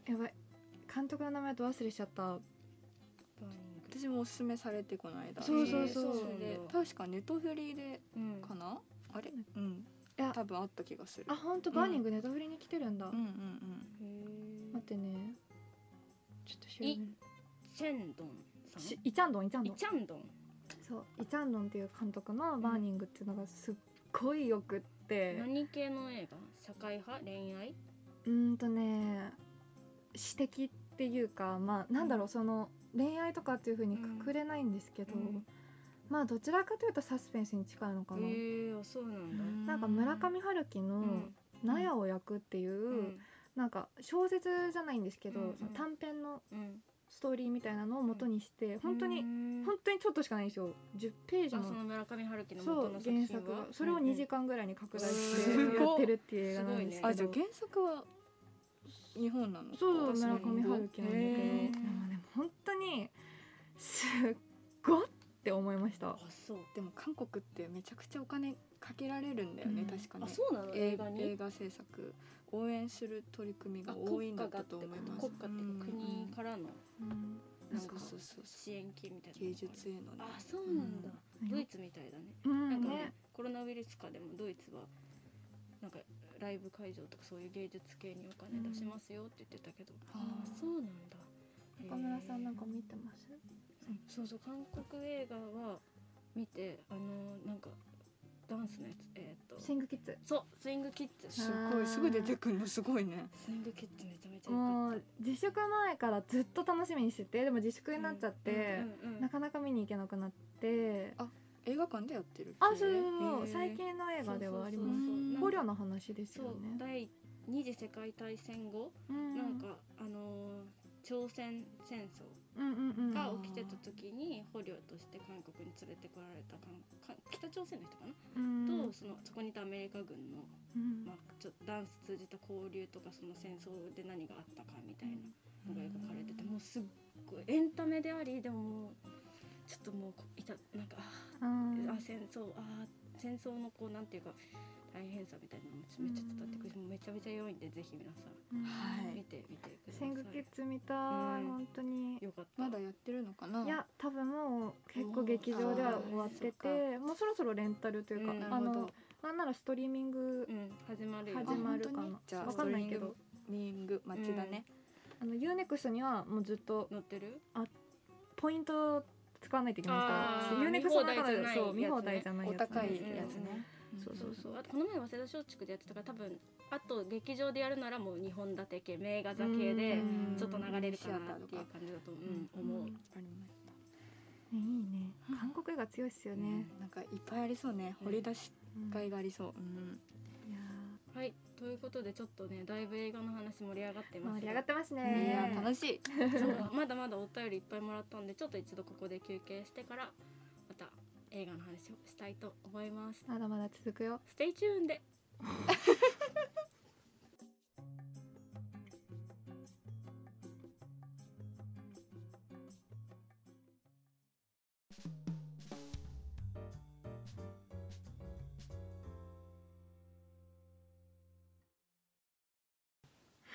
S4: ん
S2: やばい監督の名前と忘れしちゃった
S3: バーニング
S4: 私もおすすめされてこの間
S2: そうそうそう
S4: それで確かネトフリで
S7: うん
S4: かなあれうん
S2: いや
S4: 多分あった気がする
S2: あ本当バーニングネタフリに来てるんだ、
S4: うんうんうん
S2: 待ってねちょっと調べる
S3: チェンドンさ
S2: し
S3: ん
S2: イチャンドンイチャン
S3: イ
S2: ドン
S3: チャンドン
S2: そうイチャンドンっていう監督の「バーニング」っていうのがすっごいよくって
S3: 何系の映画社会派恋愛
S2: うーんとね私的っていうかまあなんだろう、その恋愛とかっていうふうにくくれないんですけど、
S3: うん
S2: まあどちらかというとサスペンスに近いのかな、
S3: ええあそうなんだ
S2: なんか村上春樹
S3: う
S2: の
S3: ん
S2: 「納屋を焼く」っていう、
S3: うん
S2: なんか小説じゃないんですけど、
S3: うんうん
S2: その短編の
S3: うん
S2: ストーリーみたいなのを元にして、本当に
S3: うん
S2: 本当にちょっとしかないんですよ10ページ
S3: あ
S2: も
S3: その村上春樹の
S2: そ
S3: 元
S2: う
S3: の作
S2: 原
S3: 品
S2: 作
S3: は
S2: がそれを
S3: うんうん
S2: 2時間ぐらいに拡大し
S4: す
S2: て
S4: ごい
S2: やってるっていう映画なんですけど、
S4: あじゃあ原作は日本なの
S2: そうそう
S4: 私
S2: 村
S4: の
S2: 上春樹なんだけど、で
S4: へー
S2: もね本当にすっごって思いました
S3: あそう
S4: でも韓国ってめちゃくちゃお金かけられるんだよね、
S2: うん
S4: 確かに
S3: あそうなの
S4: え
S3: 映画に
S4: 映画制作応援する取り組み
S3: あ
S4: が多い
S3: 国
S4: ん
S3: 家
S4: だ
S3: がって
S4: っ
S3: こ
S4: た
S3: と
S4: と
S3: 国家っ
S4: 思います
S3: て国からの
S2: うん
S4: うん
S3: なんか
S4: そうそうそうそ
S3: 支援金みたいうな
S4: 芸術へのね
S3: あそうなんだドイツみたいだね
S2: うん
S3: なんかね
S2: ね
S3: コロナウイルス下でもドイツはなんかライブ会場とかそういう芸術系にお金出しますよって言ってたけど、
S4: うん
S3: ああそうなんだ
S2: 岡村さんなんか
S3: へ
S2: 見てます
S3: えそうそう韓国映画は見てあのなんかダンスのやつえーっと
S2: シングキッズ
S3: そうスイングキッズス
S4: すごいすぐ出てくるのすごいね
S3: イングキッズめちゃめちゃ良
S2: も
S3: かっ
S2: う自粛前からずっと楽しみにしててでも自粛になっちゃって、
S3: たうんうんうん
S2: なかなか見に行けなくなって
S4: 映画館でやってるって
S2: あそうそうそう
S4: へー
S2: 最近の映画ではあります
S3: そうそうそう
S4: うん
S3: なんか
S2: 捕虜の話です
S3: そう
S2: よね
S3: 第二次世界大戦後、
S2: うん
S3: なんかあのー朝鮮戦争
S2: うんうんうん
S3: が起きてた時に捕虜として韓国に連れてこられた韓韓北朝鮮の人かな、
S2: うん
S3: とそのそこにいたアメリカ軍の、
S2: うん
S3: まあ、ちょっとダンス通じた交流とかその戦争で何があったかみたいなのが描かれててもうすっごいエンタメでありでももうちょっともうこいたなんかあ
S2: うん
S3: ーあ戦争あー戦争のこうなんていうか大変さみたいなのもめっちゃ伝わってくるもうめちゃめちゃ良いんでぜひ皆さん
S2: うん
S4: はい
S3: 見て見てくださ
S2: シ
S3: い。
S2: ングキッズ見たい、
S3: うん
S2: 本当に
S3: よかった
S4: まだやってるのかない
S2: や多分もう結構劇場では終わって
S4: あー
S2: てもうそろそろレンタルというか、
S3: うん
S2: あ
S4: なるほ
S2: の
S4: ど
S2: なんならストリーミング
S3: うん始まるよ
S2: 始まるか
S4: あ本当
S2: な
S4: にじゃあ
S2: わかんないけど
S4: リング待ちだね、
S2: あの UNEXT にはもうずっと
S3: 乗ってる
S2: ポイントを使わないといけないから
S3: あー
S2: UNEXT の中で
S3: 見放題じゃない
S2: そう見
S3: やつね
S2: 放題じゃない
S4: お
S2: やつな
S4: 高
S2: ん
S4: い
S2: で
S4: や
S2: すけど、
S4: つね、
S2: そうそうそう
S3: あとこの前早稲田松竹でやってたから多分あと劇場でやるならもう日本立て系名画座系で
S4: うん
S3: ちょっと流れるかな
S4: シアター
S3: っ
S4: と
S3: てい
S4: か
S3: う感じだと、うん、思う、
S4: わかりました
S2: ねいいね韓国映画強いっすよね、
S4: うんなんかいっぱいありそうね掘り出し
S2: うん
S4: がい
S2: い
S4: がありそう、うん
S2: や
S3: はいということでちょっとねだいぶ映画の話盛り上がって
S2: ー
S3: ま
S2: 盛
S3: す
S2: り上がってますね
S4: いや楽しい
S3: そうまだまだお便りいっぱいもらったんでちょっと一度ここで休憩してからまた映画の話をしたいと思います
S2: まだまだ続くよ
S3: ステイチューンで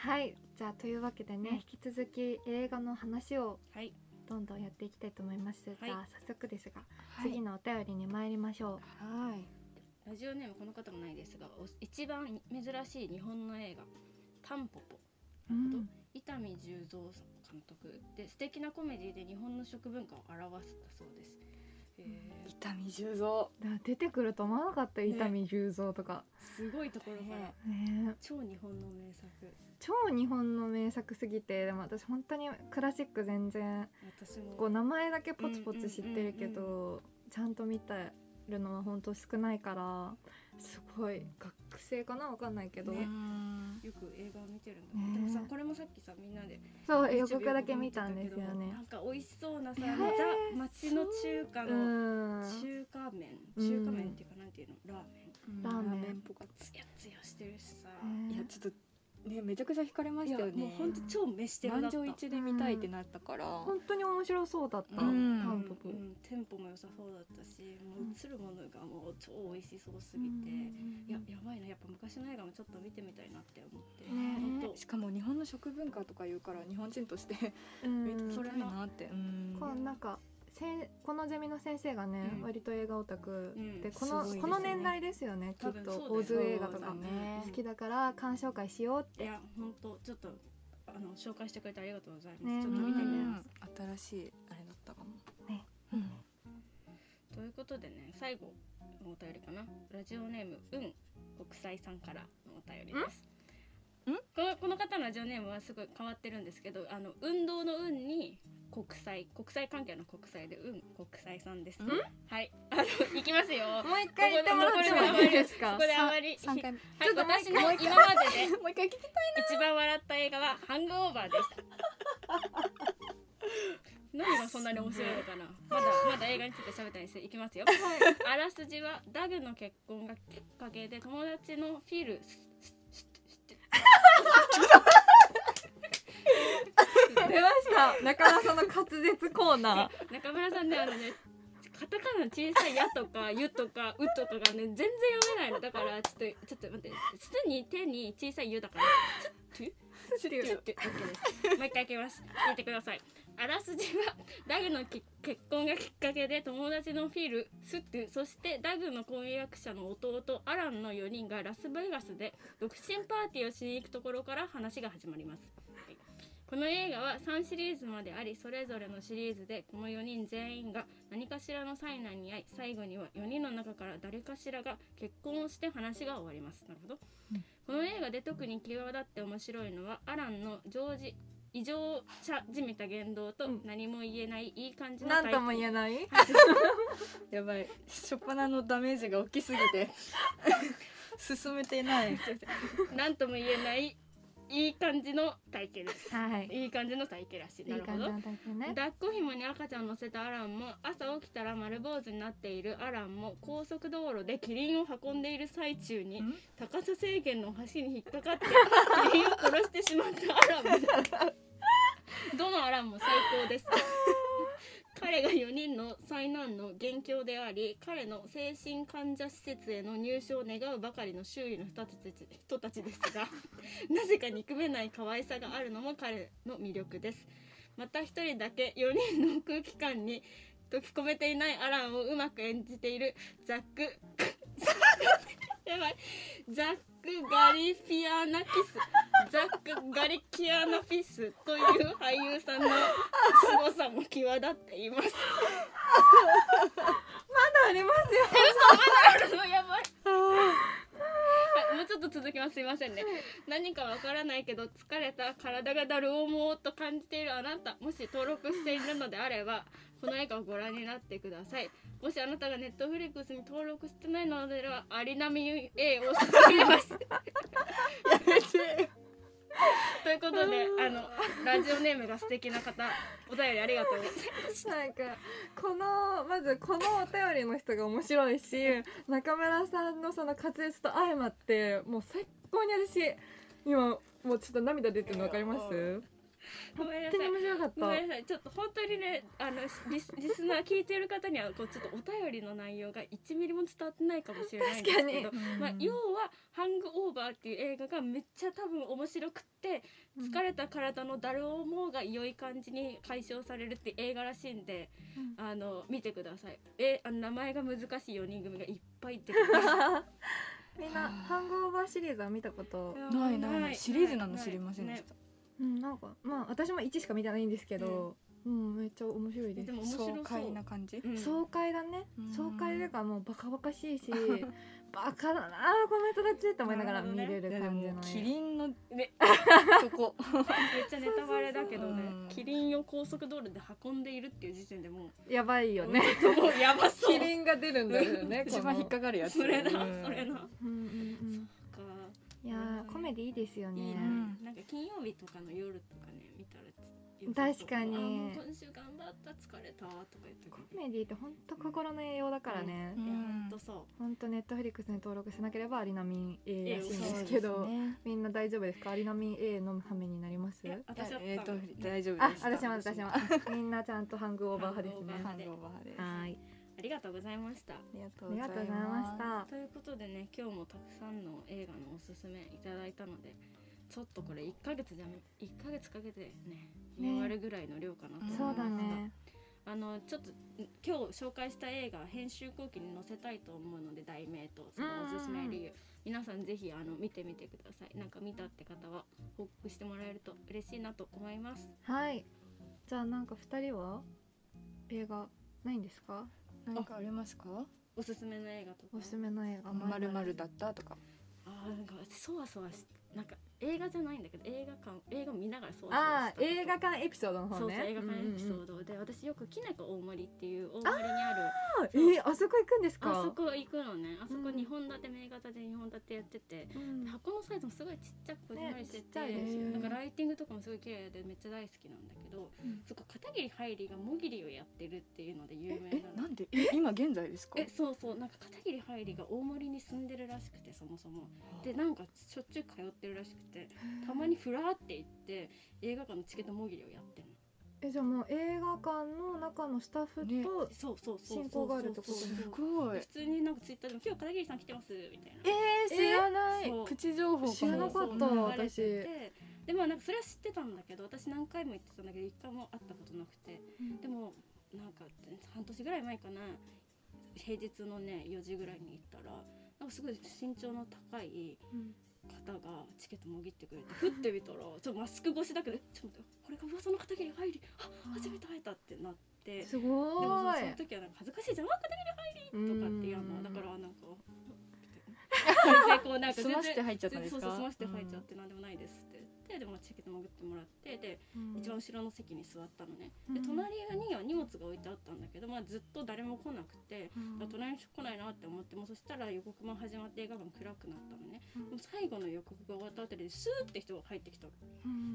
S2: はいじゃあというわけでね、引き続き映画の話を
S3: はい
S2: どんどんやっていきたいと思います、
S3: はい
S2: じゃあ早速ですが、
S4: はい
S2: 次のお便りに参りましょ
S4: はい
S3: ラジオネームこの方もないですがお一番珍しい日本の映画「タンポポ」
S2: う、
S3: ん伊丹十三監督で素敵なコメディで日本の食文化を表したそうです。えー
S4: 伊丹十三
S2: だから出てくると思わなかった伊丹十三とか、
S3: すごいところから
S4: ね
S2: ねえ
S3: 超日本の名作
S2: 超日本の名作すぎてでも私本当にクラシック全然
S3: 私も
S2: こう名前だけポツポツ知ってるけど、
S3: うんう
S2: ちゃんと見てるのは本当少ないからすごい学生かなわかんないけど、
S3: ね
S4: うん
S3: よく映画を見てるん
S2: ね
S3: だ、でもさこれもさっきさみんなで
S2: そう
S3: YouTube
S2: 予告だけ見たんですよ
S3: 見
S2: ね
S3: てたけどなんか美味しそうなさ、
S2: ね
S3: ザ町の中華
S2: う
S3: の
S2: ん
S3: 中華麺
S2: うん
S3: 中華麺っていうかなんていうのラーメン
S2: ラーメン
S4: っぽかっ
S3: ツヤツヤしてるしさ、
S2: ね
S4: たいやちょっとねめちゃくちゃ惹かれま
S3: い
S4: し
S3: や
S4: たよね
S3: もう本当超飯テロだ
S4: 満
S3: った
S4: 場一致で見たいってなったから、
S7: 本当に面白そうだった、
S4: うん
S7: タンポポ、
S3: うん、テンポも良さそうだったしもう映るものがもう超美味しそうすぎて、いややばいなやっぱ昔の映画もちょっと見てみたいなって思って、
S2: ね
S3: 本
S4: しかも日本の食文化とか言うから日本人として見てきたいなって、うん
S2: こうなんかせんこのゼミの先生がね、
S3: うん
S2: 割と映画オタクで、
S3: うん
S2: この
S4: すごいですね
S2: この年代ですよねき
S3: 多
S2: っ
S3: 分
S2: と
S3: そう
S2: オ
S3: だよ
S2: ズ映画と
S3: そうだ
S2: か
S3: ね
S2: 好きだから鑑賞会しようっ
S3: 当い
S2: て
S3: や本当ちょっとあの紹介してくれてありがとうございます、
S2: ね
S3: ちょ
S4: う
S3: っと見てみます、
S4: ん新しいあれだったかも
S2: ね
S4: うん
S3: ということでね最後のお便りかなラジオネームうん国際さんからのお便りです
S4: んん
S3: このこの方のラジオネームはすごい変わってるんですけどあの運動の運に国際国際関係の国際で運国際さんですはいあの行きますよ
S7: もう一
S3: 回言ってもらってもいいです
S7: か
S3: ここであまり
S4: 三 回目
S3: はい、私の今までで
S7: もう一回聞き
S3: 一番笑った映画はハングオーバーです。何がそんなに面白いのかな。まだまだ映画について喋ったりしていきますよ。あらすじはダグの結婚がきっかけで友達のフィルススススス
S7: 出ました中田さんの滑舌コー ナ
S3: 中村さんねあのねカタカナの小さい「や」とか「ゆ」とか「う」とかがね全然読めないのだからちょっとちょっと待って「す」に「手」に小さい「ゆ」だからちょっと
S7: ー
S3: ちょっと OK です。もう一回いきます。聞いてください。あらすじはダグのき結婚がきっかけで友達のフィル、スック、そしてダグの婚約者の弟アランの4人がラスベガスで独身パーティーをしに行くところから話が始まります。はいこの映画は3シリーズまでありそれぞれのシリーズでこの4人全員が何かしらの災難に遭い最後には4人の中から誰かしらが結婚をして話が終わりますなるほどこの映画で特に際立って面白いのはアランの常時異常者じみた言動と
S7: うん
S3: 何も言えないいい感じの
S7: なんとも
S3: え
S7: 言えない
S4: やばい初っ端のダメージが大きすぎ て進めてない
S3: なんとも言えないいい感じの体型です
S2: はい
S3: いい感じの体型らしい
S2: い
S3: ないるほ
S2: 感じ
S3: ど
S2: の体験ね
S3: 抱っこひもに赤ちゃんを乗せたアランも朝起きたら丸坊主になっているアランも高速道路でキリンを運んでいる最中に
S4: ん
S3: 高さ制限の橋に引っかかってキリンを殺してしまったアランもどのアランも最高です彼が4人の災難の元凶であり彼の精神患者施設への入所を願うばかりの周囲の人たち人たちですがなぜか憎めない可愛さがあるのも彼の魅力ですまた一人だけ4人の空気感に溶き込めていないアランをうまく演じているザックやばいザック・ガリフィアナキスザック・ガリキアナフィスという俳優さんの凄さも際立っています
S7: ありますよ
S3: やばいはい もうちょっと続きますすいませんね何かわからないけど疲れた体がだるおもうと感じているあなたもし登録しているのであればこの映画をご覧になってくださいもしあなたがネットフリックスに登録してないのであればアリナミ A を勧めますということであのラジオネームが素敵な方お便りありがとうございます
S7: なんかこのまずこのお便りの人が面白いし中村さんのその滑舌と相まってもう最高に私今もうちょっと涙出てるの分かります本
S3: ごめんな
S7: 当
S3: さ
S7: に
S3: い
S7: 面白かっ
S3: ご
S7: た
S3: めんなさいちょっと本当にねあのリスリスナー聞いてる方にはこうちょっとお便りの内容が1ミリも伝わってないかもしれないんですけど、まあ、要は「ハングオーバー」っていう映画がめっちゃ多分面白くって疲れた体のだるを思うが良い感じに解消されるって映画らしいんで、あの見てくださいえあの名前が難しい4人組がいっぱい出てくる
S7: みんなハングオーバーシリーズは見たこと
S4: ないないないシリーズなの知りませんでした、
S7: うんなんかまあ私も1しか見てないんですけどうんめっちゃ面白い
S3: ね
S7: で
S3: ですも面白そう
S4: 爽快な感じ、
S3: うん
S7: 爽快だね
S4: うん
S7: 爽快というかもうバカバカしいしバカだなこの人たちって思いながら見れる
S4: いやで
S7: 感じの
S4: もキリンの
S3: ね
S4: とこ
S3: めっちゃネタバレだけどね
S4: そうそうそう
S3: キリンを高速道路で運んでいるっていう時点でもう
S7: やばいよね
S3: もうやばそ
S7: キ
S3: う
S7: リンが出るんだよね
S4: 一番引っかかるやつ
S3: それだ、
S4: うん
S3: それだか
S7: うんうんうんいやーコメディいいですよね
S3: いいね、なんか金曜日とかの夜とかね見たら言って
S7: 確
S3: た
S7: かに
S3: あもう今週頑張った疲れたとか言って
S7: コ
S3: くる
S7: メディって本当心の栄養だからね
S4: う。ん
S3: いやほんとそう
S7: 本当ネットフリックスに登録しなければアリナミン A らしいん
S3: そう
S7: ですけ
S4: そう
S7: ど
S4: で、すね
S7: みんな大丈夫ですか？アリナミン A 飲む羽目になります
S3: い？や私だったの
S4: えっと大丈夫
S7: あ
S4: で、す。
S7: 私も私も。みんなちゃんとハングオーバー派ですね。
S4: ハンドオーバーです。あ
S7: はい。
S3: ありがとうございました
S4: りがと
S7: あ
S4: うご
S7: り
S4: ざ
S7: が
S4: い
S7: とうございま
S4: ま
S7: した。
S3: ということでね今日もたくさんの映画のおすすめいただいたのでちょっとこれ1ヶ月じゃ一ヶ月かけてね見終わるぐらいの量かなと思います
S7: そ
S3: が
S7: うだね。
S3: あのちょっと今日紹介した映画編集後期に載せたいと思うので題名とそのおすすめ理由皆さんぜひあの見てみてくださいなんか見たって方は報告してもらえると嬉しいなと思います
S7: はい。じゃあなんか二人は映画ないんですか？
S4: した。なんかありますか？
S3: おすすめの映画とか
S7: おすすめの映画。
S4: まるまるだったとか。
S3: あーなんかそわそわしなんか映画じゃないんだけど映画館映画見ながらそわそわ
S7: あ
S3: し
S7: あ
S3: た
S7: 映画館エピソードの
S3: そ
S7: 方
S3: うそう
S7: ね。
S3: 映画館エピソ
S7: うんうんう
S3: ー
S7: ん
S3: ドで私よくきねこ大森っていう大森に
S7: あ
S3: ある
S7: えーあそこ行くんですか？
S3: あそこ行くのねあそこ
S7: うん
S3: 2本立て名型で2本立てやってて
S7: うん。
S3: 箱のサイズもすごいちっちゃくこじんまりして、
S7: ねちってちゃいです
S4: よね
S3: なんかライティングとかもすごい綺麗でめっちゃ大好きなんだけど、
S4: うん
S3: そこ片桐はいりがもぎりをやってるっていうので有
S4: え
S3: 名
S4: え
S3: なの
S4: なんでえ今現在ですか
S3: え？そうそうなんか片桐はいりが大森に住んでるらしくてそもそもでなんかしょっちゅう通ってるらしくてたまにふらーって行って映画館のチケットもぎりをやってるの
S7: えじゃあもう映画館の中のスタッフ
S4: ね
S7: と
S3: そうそうそうそう
S7: 親交があるってこと
S3: そう
S4: す
S3: そう
S4: ごい
S3: 普。通になんかツイッターでも「今日片桐さん来てます」みたいな
S4: えー、知らない
S3: そう
S4: 口情報かも
S7: 知らなかった
S3: そう
S7: 私
S3: 流れててでまあなんかそれは知ってたんだけど私何回も言ってたんだけど一回も会ったことなくて、
S4: うん
S3: でもなんか半年ぐらい前かな平日のね4時ぐらいに行ったらなんかすごい身長の高い
S7: うん
S3: 方がチケットもぎってくれてふって見たらちょっとマスク越しだけどえちょっと待ってこれが噂の片桐入りあ初めて会えたってなって。
S7: すご
S3: でもそ
S7: ー
S3: その
S7: い
S3: 時はなんか恥ずかしいじゃんわ片
S7: と
S3: 桐とかっていうのはだか らなんか全然こうなんか
S4: 済
S3: 全
S4: ま
S3: 然
S4: して入っちゃったんです
S3: そう
S4: か？
S3: そう済まして入っちゃってなんでもないですって言ってでもチケット潜ってもらってで一番後ろの席に座ったのねで隣には荷物が置いてあったんだけどまあずっと誰も来なくてあ隣の人来ないなって思ってもうそしたら予告も始まって映画館暗くなったのね
S7: うん
S3: でも最後の予告が終わったあたりでスーって人が入ってきたの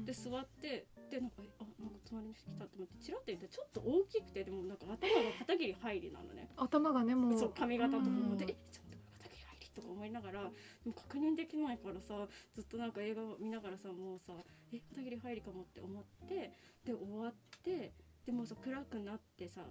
S3: で座ってでなんかえあなんか隣の人来たと思ってチラッと見たらちょっと大きくてでもなんか頭が片桐入りなのね
S7: 頭がねも
S3: そう髪型とかも
S7: うん
S3: でえちょっと片桐入りとか思いながらでも確認できないからさずっとなんか映画を見ながらさもうさえ片桐入りかもって思ってで終わってでもうさ暗くなってさ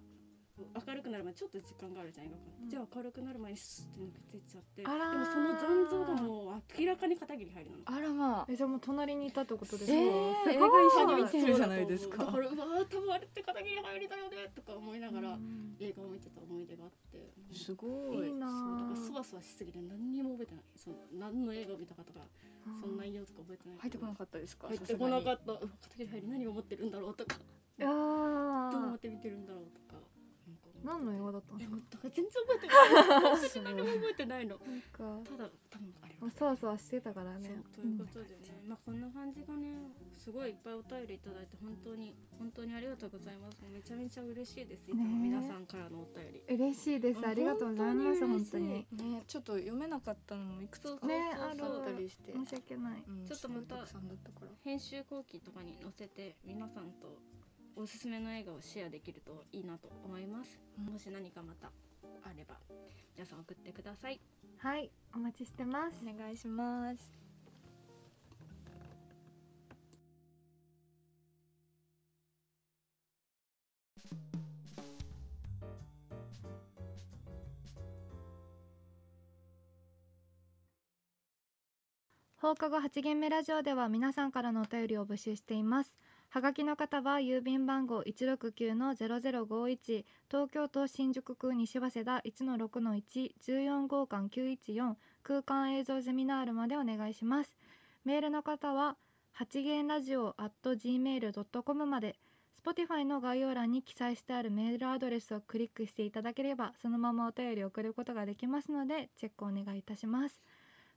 S3: 明るくなるまでちょっと時間があるじゃん映画館、
S7: うん
S3: じゃあ明るくなる前にスッて抜けていっちゃってで
S7: あ
S3: も
S7: らー
S3: その残像がもう明らかに片桐入りなの。
S4: あらまあ。
S7: えじゃあもう隣にいたってことですか、
S4: えー
S7: す
S4: 映
S7: ご
S4: 画
S7: い
S4: 一緒に見てるじゃないです
S3: だか。らうわ
S4: か
S3: ー多分あれって片桐入りだよねとか思いながら映画を見てた思い出があって。
S4: すご
S7: い
S4: い
S7: い。な
S3: そうだから
S7: ー
S3: そわそわしすぎて何にも覚えてないその何の映画を見たかとかその内容とか覚えてない
S4: 入ってこなかったですか？
S3: 入ってこなか
S4: っ
S3: ったうわ片桐入り何を持ってるんだろうとか
S7: あー
S3: どう思って見てるんだろうとかなんか思って
S7: 何の映画だったん
S3: い
S7: で
S3: や
S7: す
S3: も
S7: か
S3: うだから全然覚えてない
S4: た。すごい
S3: 何も覚えてないの
S7: なんか
S3: ただ多分あれ
S7: もうそわそわしてたからね
S3: そうということでね、まあこんな感じがねすごいいっぱいお便りいただいて本当に本当にありがとうございますめちゃめちゃ嬉しいですいつも皆さんからのお便り、
S7: 嬉しいですありがとうございます本当に
S4: ねちょっと読めなかったのもいくつか
S7: ね
S3: そ
S7: ある
S3: うそうそう
S4: あったりして。
S7: 申し訳ない
S4: うん
S3: ちょっとまた
S4: すごいくさんだったから。
S3: 編集後期とかに載せて皆さんとおすすめの映画をシェアできるといいなと思います、もし何かまたあれば皆さん送ってください
S7: はいお待ちしてます
S4: お願いします。
S2: 放課後8限目ラジオでは皆さんからのお便りを募集していますはがきの方は郵便番号169-0051東京都新宿区西早稲田1-6-114号館914空間映像ゼミナールまでお願いしますメールの方は8限ラジオ at gmail.com まで Spotify の概要欄に記載してあるメールアドレスをクリックしていただければそのままお便りを送ることができますのでチェックお願いいたします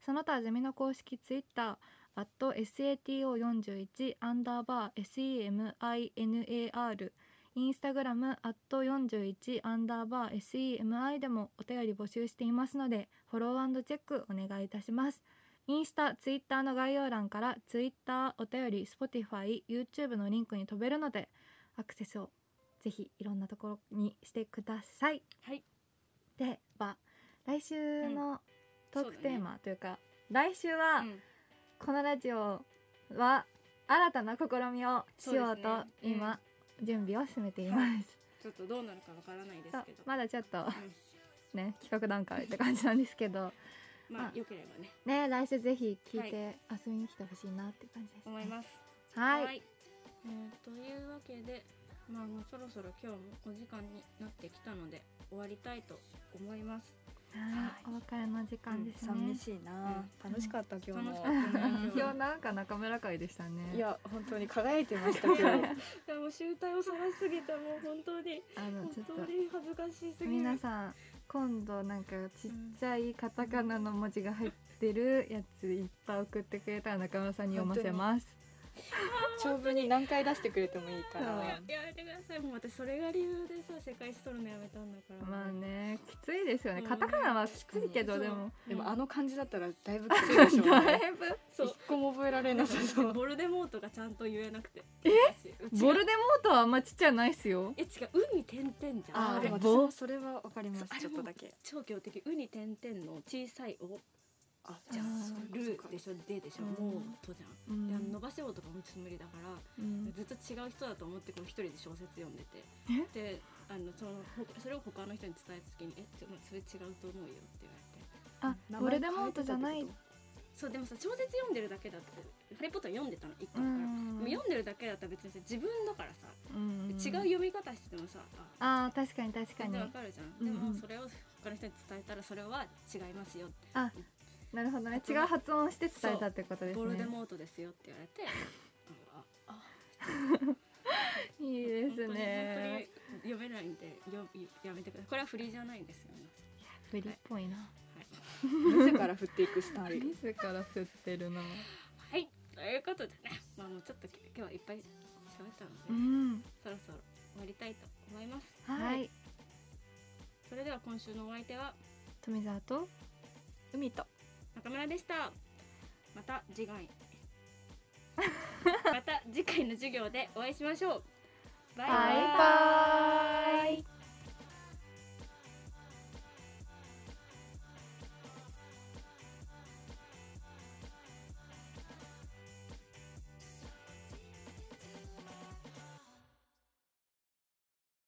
S2: その他ゼミの公式ツイッター @sato41 アンダーバー SEMINAR インスタグラム @41 アンダーバー SEMI でもお便り募集していますのでフォローチェックお願いいたしますインスタツイッターの概要欄からツイッターお便り Spotify、YouTube のリンクに飛べるのでアクセスをぜひいろんなところにしてください。
S3: はい、
S2: では来週のトー
S3: そう
S2: ク
S3: だね
S2: テーマというか、来週は
S3: うん
S2: このラジオは新たな試みをしよ
S3: そううで
S2: と
S3: すねうん
S2: 今準備を進めています。
S3: ちょっとどうなるかわからないです
S2: そう
S3: けど、
S2: まだちょっと
S3: うん
S2: ね企画段階って感じなんですけ ど
S3: ま
S2: ま
S3: あよければね
S2: ね来週ぜひ聞いて遊びに来てほしいなって感じです、ね
S3: 思います。
S2: はい、
S3: えーというわけで、まあもうそろそろ今日もお時間になってきたので終わりたいと思います。
S2: はいお別れの時間ですね、
S4: 寂しいな、楽しかった今日
S3: 楽し
S4: も
S3: かったね。今日
S7: 今日なんか中村会でしたね
S4: いや本当に輝いてました 今日
S3: い やもう集大を探しすぎてもう本当に
S2: あの
S3: 本
S2: ちょっ
S3: 当
S2: と
S3: に恥ずかしすぎる。
S2: 皆さん今度なんかちっちゃいカタカナの文字が入ってるやついっぱい送ってくれたら中村さんに読ませます
S4: 長文に何回出してくれてもいい
S2: そ
S4: か
S2: う
S4: ら
S3: やめてくださいもう私それが理由でさ世界史取るのやめたんだから
S2: まあねきついですよね
S3: うん
S2: カタカナはきついけ
S3: そ
S2: ど
S3: う
S2: でも
S4: でも
S3: うん
S4: あの感じだったらだいぶきついでしょう
S2: だ
S4: ね
S2: いぶ
S3: そう
S4: 一個も覚えられなさそう
S3: ボルデモートがちゃんと言えなくてえ
S2: ボルデモートはあんまちっちゃないっすよ
S3: え違う「う」に点々じゃん
S4: あーでも
S2: 棒
S4: 私それはわかります
S3: そうあ
S4: ち
S3: れ
S4: ょっ
S3: も
S4: とだけ
S3: 超強敵「う」に点々の小さい「お
S4: あ」
S3: じゃ
S2: あ
S3: ん
S2: ー
S3: 「る」でしょ「で」でしょ
S2: うん
S3: 「もう」「と」じゃん
S2: う
S3: であの
S2: ん
S3: 伸ばし棒とかもちょっと無理だから
S2: うん
S3: ずっと違う人だと思ってこう一人で小説読んでてであのそのほそれを他の人に伝えた時に「えちょそれ違うと思うよ」って言われて
S2: あ
S4: 名前
S2: ボルデモートじゃない
S4: 変えて
S3: そうでもさ小説読んでるだけだって「ハリー・ポッター」読んでたの一
S2: う
S3: 巻から。
S2: ん
S3: でも読んでるだけだったら別にさ自分だからさ、
S2: うん
S3: 違う読み方しててもさあ
S2: あー確かに確かに
S3: 全然わかるじゃん、
S2: うんうん
S3: でもそれを他の人に伝えたらそれは違いますよって
S2: なるほどね違う発音して伝えたってことです
S3: ボル
S2: ね
S3: デモートですよって言われてああ
S2: いいですね
S3: 本当に本当に読めないんでよやめてくださいこれは振りじゃないんですよね、
S2: フリっぽいな
S3: はい
S4: 自ら振っていくスタイル
S7: 自ら振ってるな
S3: はい、ということでねまあもうちょっと今日はいっぱい喋ったので、
S2: うん
S3: そろそろ終わりたいと思います
S2: はい
S3: それでは今週のお相手は
S2: 富澤と
S4: 海と
S3: 中村でしたまた 次回また次回の授業でお会いしましょうバイバイ
S2: バイバ